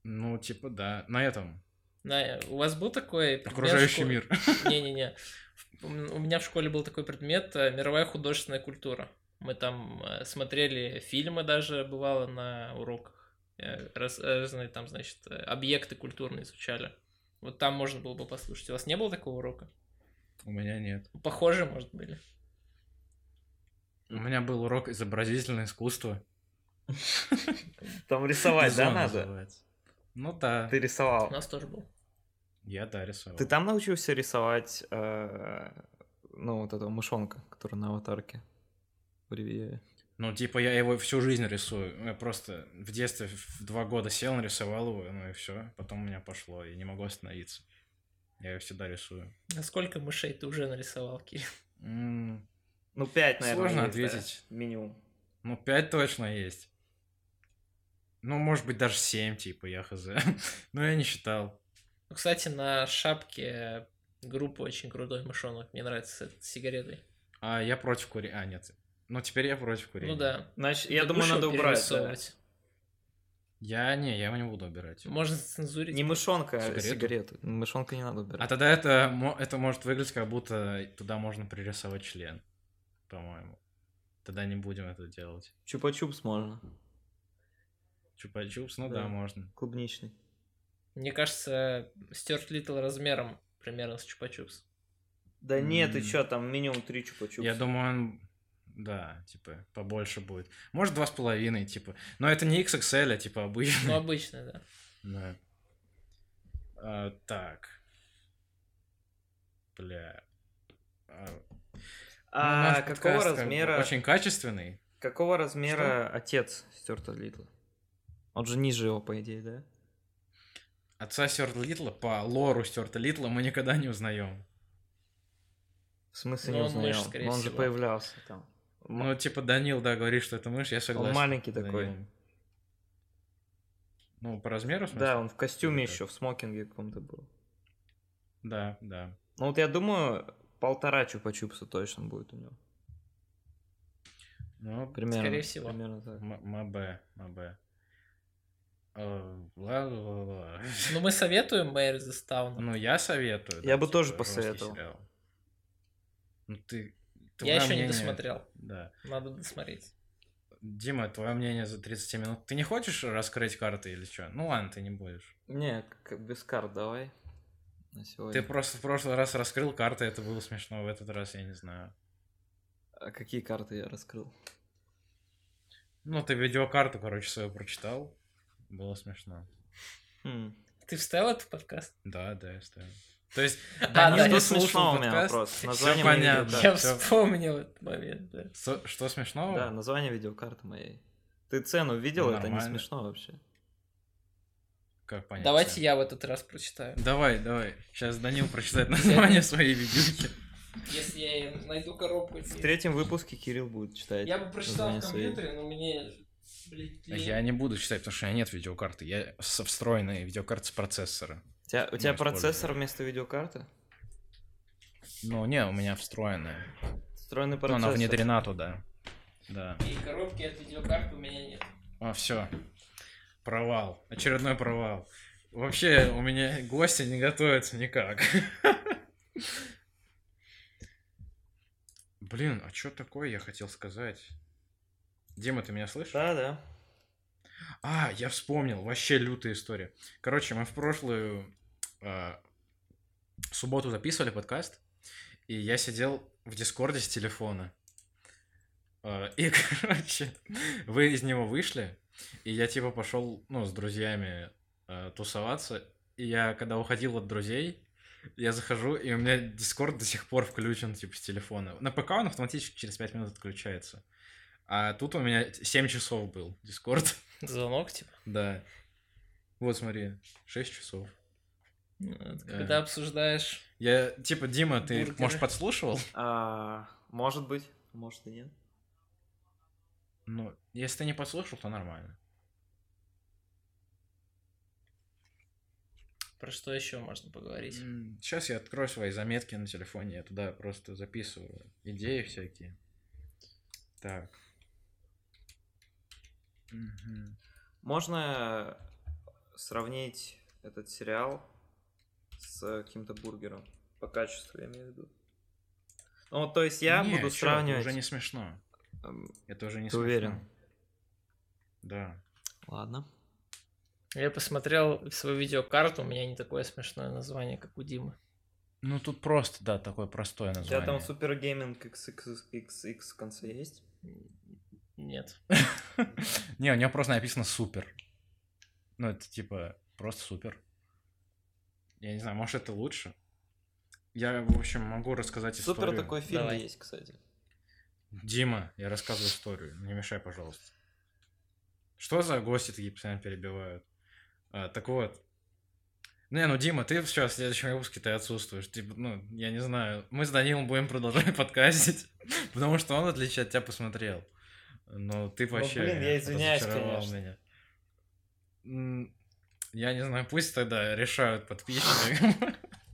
Speaker 1: Ну, типа, да. На этом.
Speaker 2: На- у вас был такой предмет в
Speaker 1: Окружающий
Speaker 2: школе?
Speaker 1: мир.
Speaker 2: Не-не-не. В- м, У меня в школе был такой предмет э, мировая художественная культура. Мы там э, смотрели фильмы даже, бывало, на уроках. Э, раз- Разные там, значит, э, объекты культурные изучали. Вот там можно было бы послушать. У вас не было такого урока?
Speaker 1: У меня нет.
Speaker 2: Похоже, может, были.
Speaker 1: У меня был урок изобразительное искусство.
Speaker 3: Там рисовать, да,
Speaker 1: Зона
Speaker 3: надо?
Speaker 1: называется. Ну да.
Speaker 3: Ты рисовал.
Speaker 2: У нас тоже был.
Speaker 1: Я да, рисовал.
Speaker 3: Ты там научился рисовать, э, ну, вот этого мышонка, который на аватарке в Ривьере?
Speaker 1: Ну, типа, я его всю жизнь рисую. Я просто в детстве в два года сел, нарисовал его, ну и все. Потом у меня пошло, и не могу остановиться. Я его всегда рисую.
Speaker 2: А сколько мышей ты уже нарисовал, Кирилл?
Speaker 1: М,
Speaker 3: Ну, пять, наверное,
Speaker 1: Сложно
Speaker 3: есть, да,
Speaker 1: ответить.
Speaker 3: минимум.
Speaker 1: Ну, пять точно есть. Ну, может быть, даже семь, типа, я хз. Но я не считал.
Speaker 2: Ну, Кстати, на шапке группы очень крутой мышонок. Мне нравится с этой сигаретой.
Speaker 1: А я против курения. А, нет. Ну, теперь я против курения.
Speaker 2: Ну да.
Speaker 3: Значит, я
Speaker 2: Ты
Speaker 3: думаю,
Speaker 2: будешь
Speaker 3: надо
Speaker 2: его
Speaker 3: убрать. да.
Speaker 2: перерисовывать?
Speaker 1: Я не, я его не буду убирать.
Speaker 2: Можно зацензурить.
Speaker 3: Не мышонка, а
Speaker 1: Сигарету?
Speaker 3: сигарету. Мышонка не надо
Speaker 1: А
Speaker 3: убирать.
Speaker 1: тогда это, мо- это может выглядеть, как будто туда можно пририсовать член, по-моему. Тогда не будем это делать.
Speaker 3: Чупа-чупс можно.
Speaker 1: Чупа-чупс, ну
Speaker 3: Да.
Speaker 1: да, можно.
Speaker 3: Клубничный.
Speaker 2: Мне кажется, Стюарт Литл размером примерно с Чупа-Чупс.
Speaker 3: Да нет, ты
Speaker 1: М.
Speaker 3: чё, там минимум три чупа-чупса.
Speaker 1: Я думаю, он, да, типа, побольше будет. Может, два с половиной, типа. Но это не XXL, а типа
Speaker 2: Ну,
Speaker 1: обычный.
Speaker 2: обычно, да.
Speaker 1: Да. А, Так. Бля. А, ну,
Speaker 3: А
Speaker 1: наш ну,
Speaker 3: какого
Speaker 1: подкаст как бы
Speaker 3: размера,
Speaker 1: Очень качественный.
Speaker 3: какого размера отец Стюарта Литла? Он же ниже его, по идее, да?
Speaker 1: Отца Стюарта Литла по лору Стюарта Литла мы никогда не узнаем.
Speaker 3: В смысле
Speaker 2: Ну,
Speaker 3: не
Speaker 2: он мышь,
Speaker 3: узнаем.
Speaker 2: скорее
Speaker 3: он же
Speaker 2: всего.
Speaker 3: появлялся там. М-
Speaker 1: Ну, типа, Данил, да, говорит, что это мышь, я согласен.
Speaker 3: маленький
Speaker 1: с Данилом. Ну, по размеру, в смысле?
Speaker 3: Да, он в костюме
Speaker 1: Или как?
Speaker 3: еще, в смокинге каком-то был.
Speaker 1: Да, да.
Speaker 3: Ну вот я думаю, полтора чупа-чупса точно будет у него.
Speaker 1: Ну,
Speaker 3: Примерно.
Speaker 2: Скорее всего.
Speaker 3: Примерно так.
Speaker 1: м- МБ, МБ. Э, ла-ла-ла-ла.
Speaker 2: Ну, мы советуем Мэри из Тауна.
Speaker 1: Ну, я советую.
Speaker 3: Я
Speaker 1: да,
Speaker 3: бы
Speaker 1: типа,
Speaker 3: тоже
Speaker 1: русский
Speaker 3: посоветовал.
Speaker 1: сериал. Ну, ты...
Speaker 2: Я
Speaker 1: твое
Speaker 2: еще не
Speaker 1: мнение-
Speaker 2: досмотрел.
Speaker 1: Да.
Speaker 2: Надо досмотреть.
Speaker 1: Дима, твое мнение за 30 минут. Ты не хочешь раскрыть карты или что? Ну ладно, ты не будешь.
Speaker 3: Не, как- без карт давай. На сегодня.
Speaker 1: Ты просто в прошлый раз раскрыл карты, это было смешно. В этот раз я не знаю.
Speaker 3: А какие карты я раскрыл?
Speaker 1: Ну, ты видеокарту, короче, свою прочитал. Было смешно.
Speaker 3: Хм.
Speaker 2: Ты вставил этот подкаст?
Speaker 1: Да, да, я ставил. То есть,
Speaker 2: А,
Speaker 1: Данил
Speaker 2: да,
Speaker 1: не
Speaker 3: что
Speaker 1: слушал
Speaker 3: смешного у меня
Speaker 1: подкаст.
Speaker 3: вопрос?
Speaker 1: Всё
Speaker 3: Название моей
Speaker 1: понятно.
Speaker 3: видеокарты.
Speaker 2: Я
Speaker 1: всё.
Speaker 2: вспомнил этот момент, да.
Speaker 1: Что, что смешного?
Speaker 2: ну,
Speaker 3: Да, название видеокарты моей. Ты цену видел?
Speaker 1: Ну,
Speaker 3: это не
Speaker 1: нормально.
Speaker 3: смешно вообще.
Speaker 1: Как понять?
Speaker 2: Давайте я в этот раз прочитаю.
Speaker 1: Давай, давай. Сейчас Данил прочитает название своей видюки.
Speaker 2: Если я найду коробку...
Speaker 3: В третьем выпуске Кирилл будет читать.
Speaker 2: Я бы прочитал
Speaker 3: название
Speaker 2: в
Speaker 3: своей.
Speaker 2: компьютере, но мне... блин, лень.
Speaker 1: Я не буду читать, потому что у меня нет видеокарты. Я с встроенной видеокарты с процессора.
Speaker 3: У тебя, у тебя
Speaker 1: использую.
Speaker 3: процессор вместо видеокарты?
Speaker 1: Ну, не, у меня встроенная.
Speaker 3: Встроенный
Speaker 1: Ну,
Speaker 3: процессор.
Speaker 1: она внедрена туда. Да.
Speaker 2: И коробки от видеокарты у меня нет.
Speaker 1: А, все. Провал. Очередной провал. Вообще, у меня гости не готовятся никак. Блин, а что такое я хотел сказать? Дима, ты меня слышишь?
Speaker 3: Да, да.
Speaker 1: А, я вспомнил. Вообще лютая история. Короче, мы в прошлую э, субботу записывали подкаст, и я сидел в Дискорде с телефона. Э, и, короче, вы из него вышли, и я типа пошел, ну, с друзьями э, тусоваться. И я, когда уходил от друзей, я захожу, и у меня Дискорд до сих пор включен, типа, с телефона. На ПК он автоматически через 5 минут отключается. А тут у меня 7 часов был Дискорд.
Speaker 2: Звонок, типа.
Speaker 1: Да. Вот смотри, 6 часов. Э.
Speaker 2: Когда обсуждаешь...
Speaker 1: Я, типа, Дима, ты,
Speaker 2: Бургеры.
Speaker 1: может, подслушивал?
Speaker 3: А, может быть. Может и нет.
Speaker 1: Ну, если ты не послушал, то нормально.
Speaker 2: Про что еще можно поговорить?
Speaker 1: М, Сейчас я открою свои заметки на телефоне, я туда просто записываю идеи всякие. Так. Мгм.
Speaker 3: Можно сравнить этот сериал с каким-то бургером. По качеству, я имею в виду. Ну, то есть я
Speaker 1: Не, чё,
Speaker 3: буду
Speaker 1: это
Speaker 3: сравнивать...
Speaker 1: уже не смешно.
Speaker 3: Эм,
Speaker 1: Это уже не
Speaker 3: Ты
Speaker 1: смешно.
Speaker 3: уверен?
Speaker 1: Да.
Speaker 3: Ладно.
Speaker 2: Я посмотрел свою видеокарту, у меня не такое смешное название, как у Димы.
Speaker 1: Ну тут просто, да, такое простое
Speaker 3: У тебя
Speaker 1: название.
Speaker 3: там супер гейминг XXX в конце есть?
Speaker 2: Нет.
Speaker 1: Не, у него просто написано супер. Ну, это типа просто супер. Я не знаю, может это лучше. Я, в общем, могу рассказать историю.
Speaker 3: Супер такой фильм
Speaker 2: Давай.
Speaker 3: есть, кстати.
Speaker 1: Дима, я рассказываю историю, не мешай, пожалуйста. Что за гости такие постоянно перебивают? А, так вот. Не, ну, Дима, ты сейчас в следующем выпуске ты отсутствуешь. Типа, ну, я не знаю. Мы с Данилом будем продолжать подкастить, потому что он, в отличие от тебя, посмотрел. Ну, ты вообще
Speaker 3: блин, я извиняюсь,
Speaker 1: разочаровал
Speaker 3: конечно.
Speaker 1: меня. М, Я не знаю, пусть тогда решают подписчики.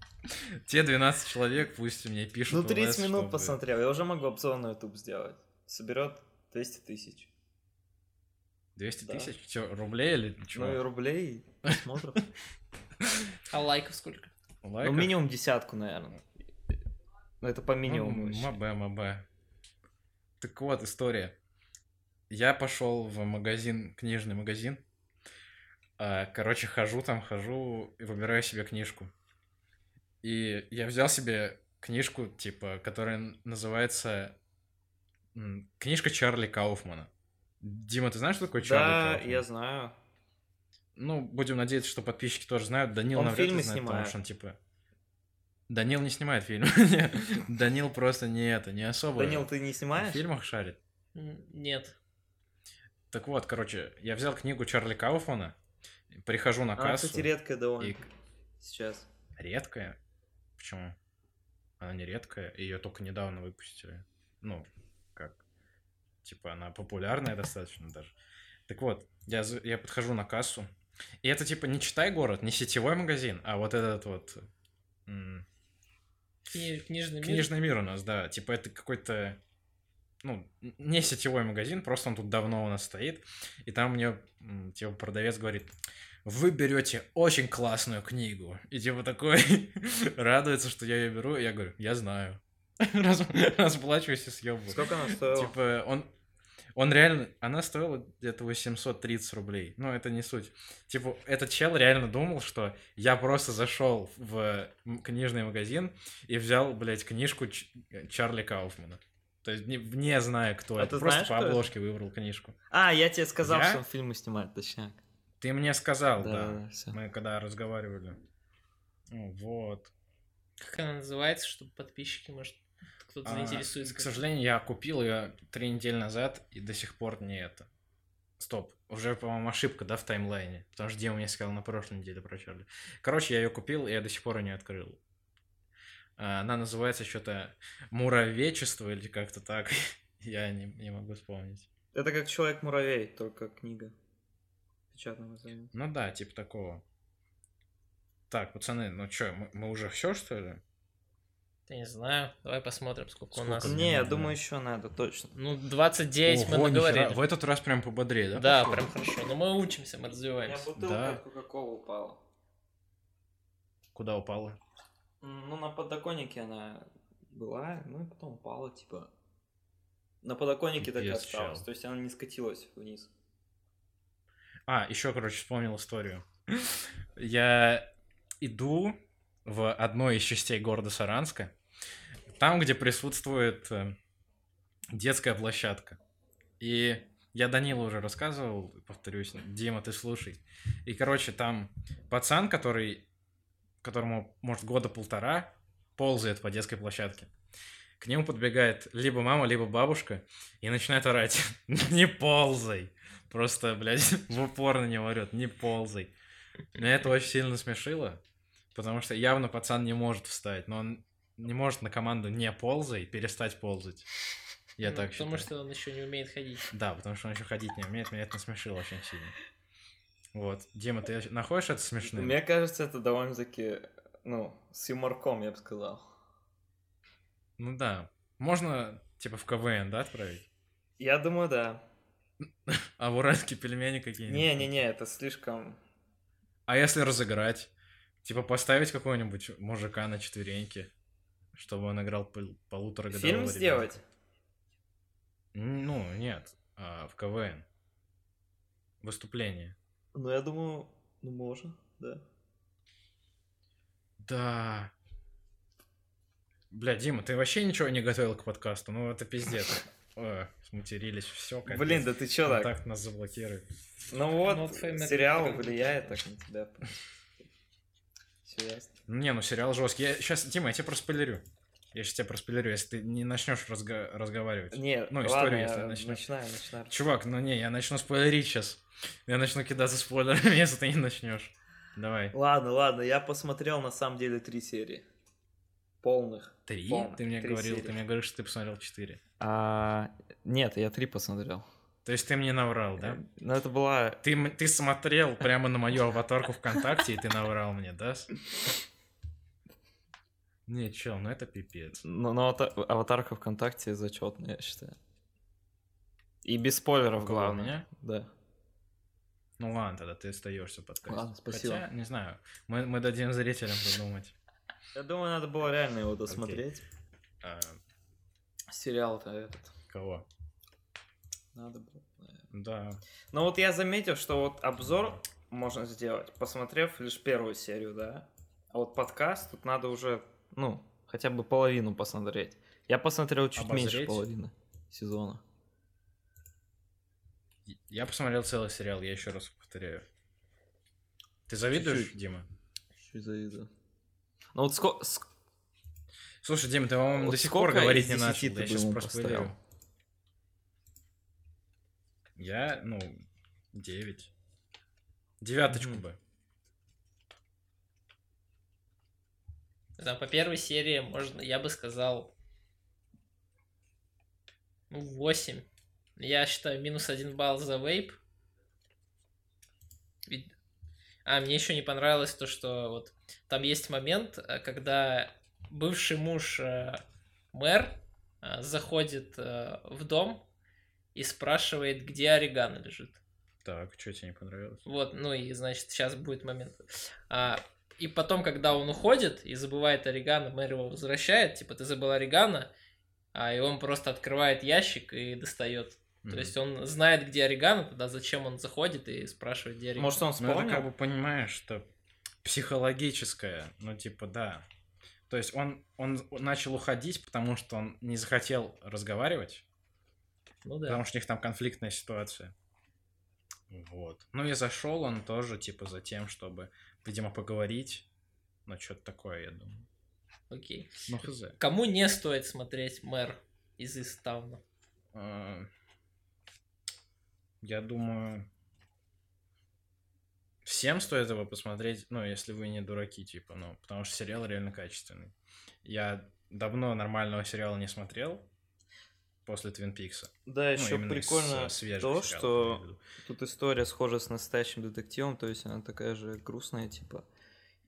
Speaker 1: Те 12 человек пусть мне пишут.
Speaker 3: Ну,
Speaker 1: в
Speaker 3: 30
Speaker 1: LS,
Speaker 3: минут
Speaker 1: чтобы-
Speaker 3: посмотрел. Я уже могу обзор на YouTube сделать. Соберет 200 тысяч.
Speaker 1: 200
Speaker 3: Да.
Speaker 1: тысяч? Чё, рублей или чего?
Speaker 3: Ну и рублей, и просмотров.
Speaker 2: А лайков сколько?
Speaker 3: Ну, минимум десятку, наверное. Ну, это по минимуму. вообще.
Speaker 1: МБ, МБ. Так вот, история. Я пошел в магазин, книжный магазин. А, Короче, хожу там, хожу и выбираю себе книжку. И я взял себе книжку, типа, которая н- называется м, «Книжка Чарли Кауфмана». Дима, ты знаешь, что такое Чарли
Speaker 3: Да,
Speaker 1: Кауфман?
Speaker 3: я знаю.
Speaker 1: Ну, будем надеяться, что подписчики тоже знают. Данил
Speaker 3: Он
Speaker 1: навряд ли
Speaker 3: фильмы
Speaker 1: знает, потому
Speaker 3: снимает.
Speaker 1: что он типа... Данил не снимает фильмы. Нет. Данил просто не это, не особо
Speaker 3: Данил, ты не
Speaker 1: в
Speaker 3: снимаешь?
Speaker 1: фильмах шарит.
Speaker 2: М, Нет.
Speaker 1: Так вот, короче, я взял книгу Чарли Кауфмана, прихожу на
Speaker 3: А,
Speaker 1: кассу.
Speaker 3: кстати, редкая довольно
Speaker 1: и-
Speaker 3: сейчас.
Speaker 1: Редкая? Почему? Она не редкая, ее только недавно выпустили. Ну, как? Типа, она популярная достаточно даже. Так вот, я, за- я подхожу на кассу. И это типа не читай город, не сетевой магазин, а вот этот вот м,
Speaker 2: Кни- Книжный мир.
Speaker 1: книжный мир у нас, да. Типа это какой-то, ну, н- не сетевой магазин, просто он тут давно у нас стоит. И там мне, м, типа, продавец говорит, вы берете очень классную книгу. И типа такой радуется, что я ее беру. И я говорю, я знаю. Раз- Расплачиваюсь и съебываю.
Speaker 3: Сколько она стоила?
Speaker 1: Типа, он, он реально, она стоила где-то 830 рублей. Но это не суть. Типа, этот чел реально думал, что я просто зашел в м- книжный магазин и взял, блядь, книжку Ч- э, Чарли Кауфмана. То есть не, не знаю, кто
Speaker 3: А
Speaker 1: это.
Speaker 3: ты
Speaker 1: Просто
Speaker 3: знаешь,
Speaker 1: по
Speaker 3: кто это?
Speaker 1: обложке выбрал книжку.
Speaker 3: А, я тебе сказал,
Speaker 1: Я?
Speaker 3: что он фильмы снимает, точняк.
Speaker 1: Ты мне сказал, да.
Speaker 3: Да, все.
Speaker 1: Мы когда разговаривали. Ну, Вот.
Speaker 2: Как она называется, чтобы подписчики, может, кто-то
Speaker 1: А,
Speaker 2: заинтересуется.
Speaker 1: К сожалению, я купил ее три недели назад и до сих пор не это. Стоп, уже, по-моему, ошибка, да, в таймлайне? Потому что Дима мне сказал на прошлой неделе про Чарли. Короче, я ее купил, и я до сих пор ее не открыл. А, Она называется что-то «Муравечество» или как-то так. Я не, не могу вспомнить.
Speaker 3: Это как Человек-муравей, только книга. В печатном издании.
Speaker 1: Ну да, типа такого. Так, пацаны, ну чё, мы, мы уже все что ли?
Speaker 2: Я не знаю. Давай посмотрим, сколько, у
Speaker 1: Сколько
Speaker 2: нас.
Speaker 1: у меня?
Speaker 3: Не, я
Speaker 1: да.
Speaker 3: думаю, еще надо, точно.
Speaker 2: Ну, 29 мы
Speaker 1: Ого, нихера.
Speaker 2: наговорили.
Speaker 1: В этот раз прям пободрее, да?
Speaker 2: Да,
Speaker 1: пошло?
Speaker 2: прям хорошо. Но мы учимся, мы развиваемся.
Speaker 1: Типа, Да.
Speaker 3: Кока-Колы упала.
Speaker 1: Куда упало?
Speaker 3: М, Ну, на подоконнике она была, ну и потом упала, типа. На подоконнике так и
Speaker 1: Пипец,
Speaker 3: осталась.
Speaker 1: чел.
Speaker 3: То есть она не скатилась вниз.
Speaker 1: А, еще, короче, вспомнил историю. Я иду в одной из частей города Саранска, там, где присутствует э, детская площадка. И я Данилу уже рассказывал, повторюсь, Дима, ты слушай. И, короче, там пацан, который, которому, может, года полтора, ползает по детской площадке. К нему подбегает либо мама, либо бабушка и начинает орать «Не ползай!» Просто, блядь, в упор на него орёт, не ползай. Меня это очень сильно смешило, потому что явно пацан не может встать, но он не может на команду «не ползай» перестать ползать. Я так
Speaker 2: Ну, Потому
Speaker 1: считаю.
Speaker 2: что он еще не умеет ходить.
Speaker 1: Да, потому что он еще ходить не умеет, меня это насмешило очень сильно. Вот. Дима, ты находишь это смешным?
Speaker 3: Мне кажется, это довольно-таки, ну, с юморком, я бы сказал.
Speaker 1: Ну да. Можно, типа, в КВН, да, отправить?
Speaker 3: Я думаю, да.
Speaker 1: А в уральские пельмени какие-нибудь?
Speaker 3: Не-не-не, это слишком...
Speaker 1: А если разыграть? Типа, поставить какого-нибудь мужика на четвереньки, чтобы он играл пол- полуторагодового
Speaker 3: Фильм
Speaker 1: ребенка?
Speaker 3: сделать?
Speaker 1: М, Ну, нет. а, в КВН. Выступление.
Speaker 3: Ну, я думаю, ну, можно, да.
Speaker 1: Да. Бля, Дима, ты вообще ничего не готовил к подкасту? Ну, это пиздец. Ой, сматерились, все, как
Speaker 3: Блин, да ты чё так?
Speaker 1: Ну так нас заблокируют.
Speaker 3: Ну
Speaker 2: Not
Speaker 3: вот,
Speaker 2: family
Speaker 3: сериал
Speaker 2: friendly.
Speaker 3: влияет так на тебя. Все ясно.
Speaker 1: Не, ну сериал жесткий. Я сейчас, Дима, я тебя проспойлерю. Я сейчас тебя проспойлерю, если ты не начнешь разга- разговаривать.
Speaker 3: Не,
Speaker 1: Ну,
Speaker 3: ладно,
Speaker 1: историю, если
Speaker 3: я
Speaker 1: начнём.
Speaker 3: начинаю, начинаю.
Speaker 1: Чувак, ну не, я начну спойлерить сейчас. Я начну кидаться спойлерами, если ты не начнешь. Давай.
Speaker 3: Ладно, ладно, я посмотрел на самом деле три серии. Полных.
Speaker 1: Три?
Speaker 3: Полно.
Speaker 1: Ты мне
Speaker 3: Три
Speaker 1: говорил,
Speaker 3: серии.
Speaker 1: ты мне говоришь, что ты посмотрел четыре.
Speaker 3: А, нет, я три посмотрел.
Speaker 1: То есть ты мне наврал, да?
Speaker 3: Но это была...
Speaker 1: Ты, м- ты смотрел прямо на мою аватарку ВКонтакте, и ты наврал мне, да? Не, чел, ну это пипец.
Speaker 3: Но, аватарка ВКонтакте зачетная, я считаю. И без спойлеров,
Speaker 1: У кого, у
Speaker 3: главное.
Speaker 1: меня?
Speaker 3: Да.
Speaker 1: Ну ладно, тогда ты остаешься подкаст.
Speaker 3: Ладно, спасибо.
Speaker 1: Хотя, не знаю, мы, мы дадим зрителям подумать.
Speaker 3: Я думаю, надо было реально его досмотреть.
Speaker 1: А,
Speaker 3: Сериал-то этот.
Speaker 1: кого?
Speaker 3: Надо было. наверное.
Speaker 1: Да.
Speaker 3: Но вот я заметил, что вот обзор можно сделать, посмотрев лишь первую серию, да. А вот подкаст тут надо уже, ну, хотя бы половину посмотреть. Я посмотрел чуть меньше
Speaker 1: Обозреть?
Speaker 3: половины сезона.
Speaker 1: Я посмотрел целый сериал, я еще раз повторяю. Ты завидуешь,
Speaker 3: Чуть-чуть.
Speaker 1: Дима?
Speaker 3: Чуть завидую. Ну вот ско- ск-
Speaker 1: Слушай, Дима, ты, по-моему,
Speaker 3: Вот
Speaker 1: до сих пор
Speaker 3: сколько
Speaker 1: говорить
Speaker 3: из
Speaker 1: не
Speaker 3: 10
Speaker 1: начал.
Speaker 3: ты
Speaker 1: Я
Speaker 3: бы
Speaker 1: сейчас
Speaker 3: ему
Speaker 1: просто
Speaker 3: поставил?
Speaker 1: говорю. Я, ну, 9. Девяточку
Speaker 3: Мгм.
Speaker 1: бы.
Speaker 2: Да, по первой серии можно, я бы сказал, ну, 8. Я считаю, минус один балл за вейп. Ведь- А, мне еще не понравилось то, что вот там есть момент, э, когда бывший муж э, мэр э, заходит э, в дом и спрашивает, где орегано лежит.
Speaker 1: Так, что тебе не понравилось?
Speaker 2: Вот, ну и, значит, сейчас будет момент. А, и потом, когда он уходит и забывает орегано, мэр его возвращает, типа, ты забыл орегано, а, и он просто открывает ящик и достает. То
Speaker 1: Мгм.
Speaker 2: есть он знает, где орегано, тогда зачем он заходит и спрашивает, где орегано.
Speaker 3: может он
Speaker 1: Ну, это
Speaker 3: вспомнил?
Speaker 1: как бы понимаешь, что психологическое, ну, типа, да. То есть он, он начал уходить, потому что он не захотел разговаривать,
Speaker 2: Ну да.
Speaker 1: потому что у них там конфликтная ситуация. Вот. Ну и зашел он тоже, типа, за тем, чтобы, видимо, поговорить. Ну, что-то такое, я думаю.
Speaker 2: Окей.
Speaker 1: Ну, хз.
Speaker 2: Кому не стоит смотреть мэр из Истауна?
Speaker 1: Э, Я думаю, всем стоит его посмотреть, ну, если вы не дураки, типа, ну, потому что сериал реально качественный. Я давно нормального сериала не смотрел после Твин Пикса.
Speaker 3: Да,
Speaker 1: Ну,
Speaker 3: еще
Speaker 1: именно из,
Speaker 3: А прикольно
Speaker 1: э, свежих
Speaker 3: то,
Speaker 1: сериалов, я имею
Speaker 3: что
Speaker 1: в виду.
Speaker 3: тут история схожа с настоящим детективом, то есть она такая же грустная, типа,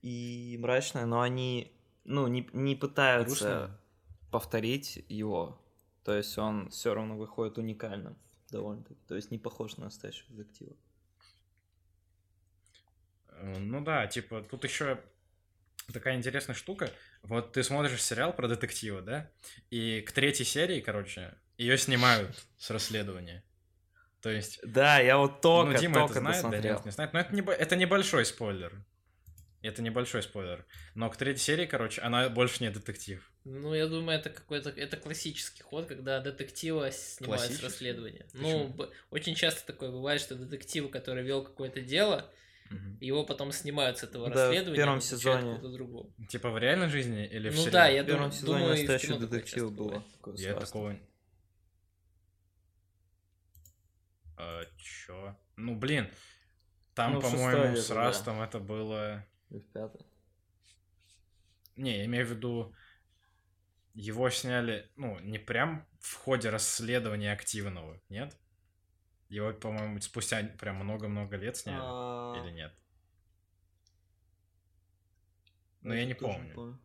Speaker 3: и мрачная, но они, ну, не, не пытаются
Speaker 1: Грустная?
Speaker 3: повторить его, то есть он все равно выходит уникальным довольно-таки, то есть не похож на настоящего детектива.
Speaker 1: Э, Ну да, типа, тут еще такая интересная штука. Вот ты смотришь сериал про детектива, да? И к третьей серии, короче, ее снимают с расследования. То есть
Speaker 3: Да, я вот только,
Speaker 1: ну, Дима
Speaker 3: только
Speaker 1: это знает,
Speaker 3: досмотрел.
Speaker 1: Данил не знает. Но это, не, это небольшой спойлер. Это небольшой спойлер. Но к третьей серии, короче, она больше не детектив.
Speaker 2: Ну, я думаю, это какой-то это классический ход, когда детектива снимают с
Speaker 1: Классический?
Speaker 2: расследования. Ну,
Speaker 1: Почему?
Speaker 2: б- очень часто такое бывает, что детектив, который вел какое-то дело, Его потом снимают с этого
Speaker 3: Да, в
Speaker 2: расследования.
Speaker 3: первом
Speaker 2: и назначают
Speaker 3: сезоне.
Speaker 2: кого-то другого.
Speaker 1: Типа в реальной жизни или в
Speaker 2: Ну
Speaker 1: сериале?
Speaker 2: да, я
Speaker 3: В первом
Speaker 2: думаю,
Speaker 3: сезоне
Speaker 2: думаю, и в
Speaker 3: настоящего
Speaker 2: кино такое
Speaker 3: детектива
Speaker 2: часто
Speaker 3: было.
Speaker 2: бывает.
Speaker 3: Такое
Speaker 1: Я
Speaker 3: страшное.
Speaker 1: такого... А, чё? Ну, блин. Там,
Speaker 3: Ну, в
Speaker 1: по-моему,
Speaker 3: шестой
Speaker 1: с
Speaker 3: это, да.
Speaker 1: Растом это было...
Speaker 3: И в пятом.
Speaker 1: Не, я имею в виду... его сняли, ну, не прям в ходе расследования активного, нет? Его, по-моему, спустя прям много-много лет сняли.
Speaker 3: А,
Speaker 1: Или нет?
Speaker 3: я
Speaker 1: Ну, я не
Speaker 3: тоже
Speaker 1: помню.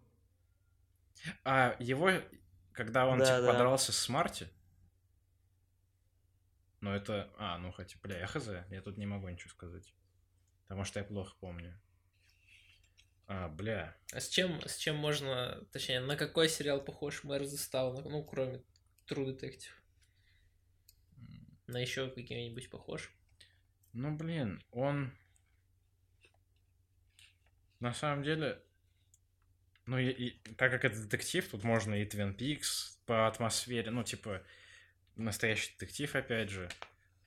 Speaker 1: А его, когда он
Speaker 3: Да,
Speaker 1: типа,
Speaker 3: да.
Speaker 1: подрался с Марти, ну это, а, ну хотя, бля, я хз, я тут не могу ничего сказать, потому что я плохо помню. А, бля,
Speaker 2: А с чем, с чем можно, точнее, на какой сериал похож Мэр Застава, ну, кроме True Detective? На еще какие-нибудь похож?
Speaker 1: ну блин, он, на самом деле, ну и, и так как это детектив, тут можно и Twin Peaks по атмосфере, ну типа настоящий детектив опять же,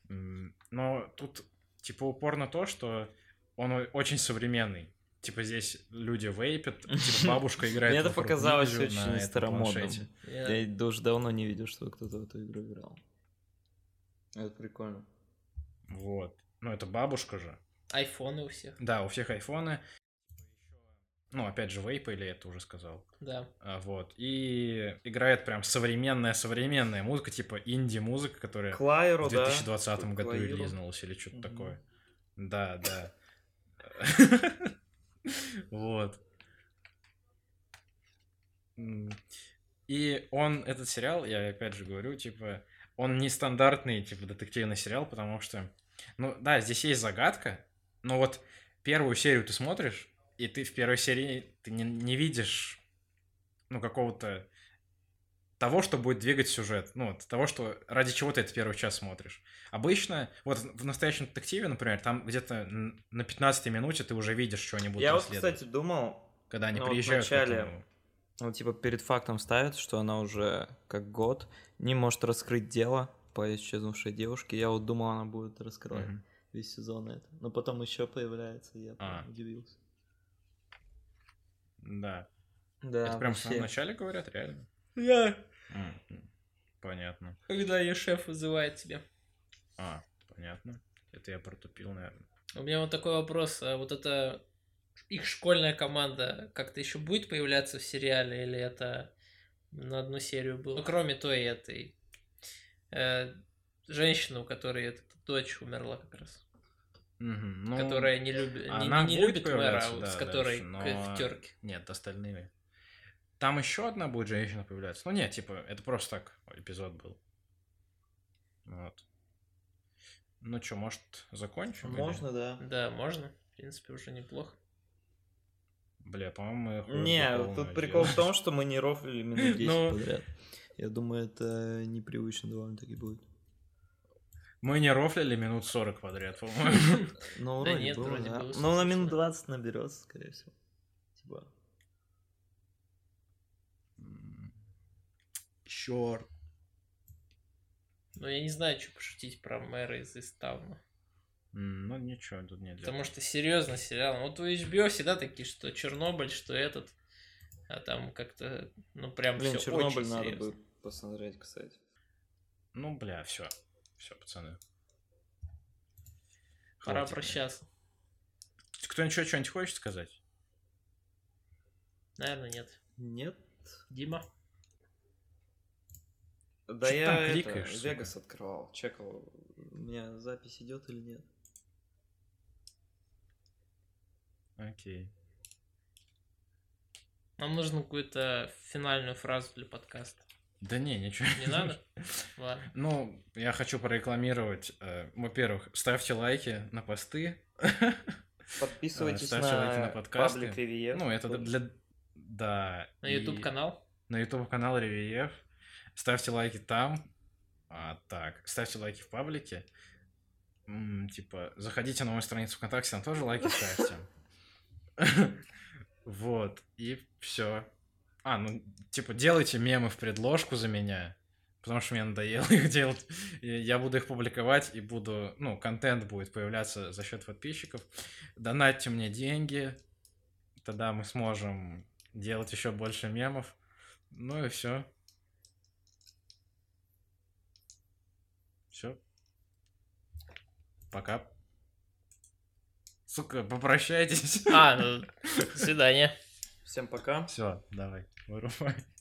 Speaker 1: М, но тут типа упор на то, что он о- очень современный. Типа здесь люди вейпят, типа бабушка играет.
Speaker 3: Мне это
Speaker 1: в Fruit
Speaker 3: показалось
Speaker 1: Ninja на
Speaker 3: очень
Speaker 1: этом
Speaker 3: старомодным.
Speaker 1: планшете.
Speaker 2: Я-
Speaker 3: Я д- уже давно не видел, что кто-то в эту игру играл. Это прикольно.
Speaker 1: Вот. Ну это бабушка же.
Speaker 2: Айфоны у всех,
Speaker 1: Да, у всех айфоны. Ну, опять же, вейп или я это уже сказал.
Speaker 2: да.
Speaker 1: А, Вот. И играет прям современная-современная музыка, типа инди-музыка, которая
Speaker 3: Клайру,
Speaker 1: в 2020
Speaker 3: да?
Speaker 1: году
Speaker 3: Клайру.
Speaker 1: релизнулась или что-то
Speaker 3: Мгм.
Speaker 1: такое. Да, да. Вот. М. И он, этот сериал, я опять же говорю, типа, он нестандартный, типа, детективный сериал, потому что, ну, да, здесь есть загадка, но Ну вот первую серию ты смотришь, и ты в первой серии ты не, не видишь, ну, какого-то того, что будет двигать сюжет, ну, вот, того, что ради чего ты этот первый час смотришь. Обычно, вот в настоящем детективе, например, там где-то н- на 15 минуте ты уже видишь, что они будут
Speaker 3: Я вот,
Speaker 1: расследовать.
Speaker 3: кстати, думал,
Speaker 1: когда они
Speaker 3: ну, вот
Speaker 1: приезжают к
Speaker 3: вначале-
Speaker 1: этому.
Speaker 3: ну, типа, перед фактом ставят, что она уже как год не может раскрыть дело по исчезнувшей девушке. Я вот думал, она будет раскрывать
Speaker 1: Мгм.
Speaker 3: весь сезон это. Но потом еще появляется, и я прям
Speaker 1: А.
Speaker 3: удивился.
Speaker 1: Да.
Speaker 3: Да,
Speaker 1: Это прям в самом
Speaker 3: вообще.
Speaker 1: начале говорят, реально?
Speaker 2: Я,
Speaker 1: М, Понятно.
Speaker 2: когда ее шеф вызывает тебя.
Speaker 1: А, понятно. Это я протупил, наверное.
Speaker 2: У меня вот такой вопрос, а вот это их школьная команда как-то еще будет появляться в сериале, или это на одну серию было? Ну, кроме той этой э, женщины, у которой эта дочь умерла как раз.
Speaker 1: Мгм, ну,
Speaker 2: которая не любит, не,
Speaker 1: она
Speaker 2: не- не
Speaker 1: будет
Speaker 2: любит мэра,
Speaker 1: появляться,
Speaker 2: вот
Speaker 1: да,
Speaker 2: с которой
Speaker 1: дальше,
Speaker 2: к-
Speaker 1: но-
Speaker 2: в терке.
Speaker 1: Нет, остальными. Там еще одна будет женщина появляться. Ну нет, типа, это просто так эпизод был. Вот. Ну что, может, закончим? или-
Speaker 3: Можно, да.
Speaker 2: Да, можно. В принципе, уже неплохо.
Speaker 1: Бля, по-моему, мы хуй
Speaker 3: Не,
Speaker 1: по полной
Speaker 3: тут прикол в
Speaker 1: делаем.
Speaker 3: том, что мы не рофлили минут 10
Speaker 1: Ну.
Speaker 3: подряд. Я думаю, это непривычно довольно-таки будет.
Speaker 1: Мы не рофлили минут 40 подряд, по-моему.
Speaker 3: Ну,
Speaker 2: Да
Speaker 3: вроде
Speaker 2: нет,
Speaker 3: было,
Speaker 2: вроде
Speaker 3: да.
Speaker 2: было
Speaker 3: Ну, на
Speaker 2: слышно.
Speaker 3: минут 20 наберется, скорее всего. Типа.
Speaker 1: Черт.
Speaker 2: Но я не знаю, что пошутить про мэра из Истауна.
Speaker 1: Ну ничего, тут нельзя.
Speaker 2: Потому что серьезно, сериал. ну, Вот у HBO всегда такие, что Чернобыль, что этот. А там как-то, ну прям
Speaker 3: Блин,
Speaker 2: все
Speaker 3: Чернобыль
Speaker 2: очень
Speaker 3: надо
Speaker 2: серьезно.
Speaker 3: бы посмотреть, кстати.
Speaker 1: Ну, бля, все. Все, пацаны.
Speaker 2: Пора
Speaker 1: Хватит.
Speaker 2: прощаться.
Speaker 1: Кто ничего что-нибудь хочет сказать?
Speaker 2: Наверное, нет.
Speaker 3: Нет.
Speaker 2: Дима?
Speaker 3: Да
Speaker 1: Чё ты там
Speaker 3: я это,
Speaker 1: кликаешь, сука?
Speaker 3: Вегас открывал, чекал, у меня запись идет или нет.
Speaker 1: Окей.
Speaker 2: Нам нужно какую-то финальную фразу для подкаста.
Speaker 1: Да не, ничего.
Speaker 2: Не надо? Ладно.
Speaker 1: Ну, я хочу прорекламировать. э, во-первых, ставьте лайки на посты.
Speaker 3: Подписывайтесь
Speaker 1: ставьте лайки Э, на
Speaker 3: на,
Speaker 1: подкасты.
Speaker 3: паблик Ривьер.
Speaker 1: Ну, это для... Да.
Speaker 2: На
Speaker 1: и
Speaker 2: YouTube канал.
Speaker 1: На YouTube канал Ревиев. Ставьте лайки там. А, так, ставьте лайки в паблике. М, типа, заходите на мою страницу ВКонтакте, там тоже лайки ставьте. Вот, и все. А, ну, типа, делайте мемы в предложку за меня, потому что мне надоело их делать. И Я буду их публиковать и буду, ну, контент будет появляться за счет подписчиков. Донатьте мне деньги, тогда мы сможем делать еще больше мемов. Ну и все. Все. Пока. Сука, попрощайтесь.
Speaker 2: А, ну, до свидания.
Speaker 3: Всем пока.
Speaker 1: Все, давай, вырубай.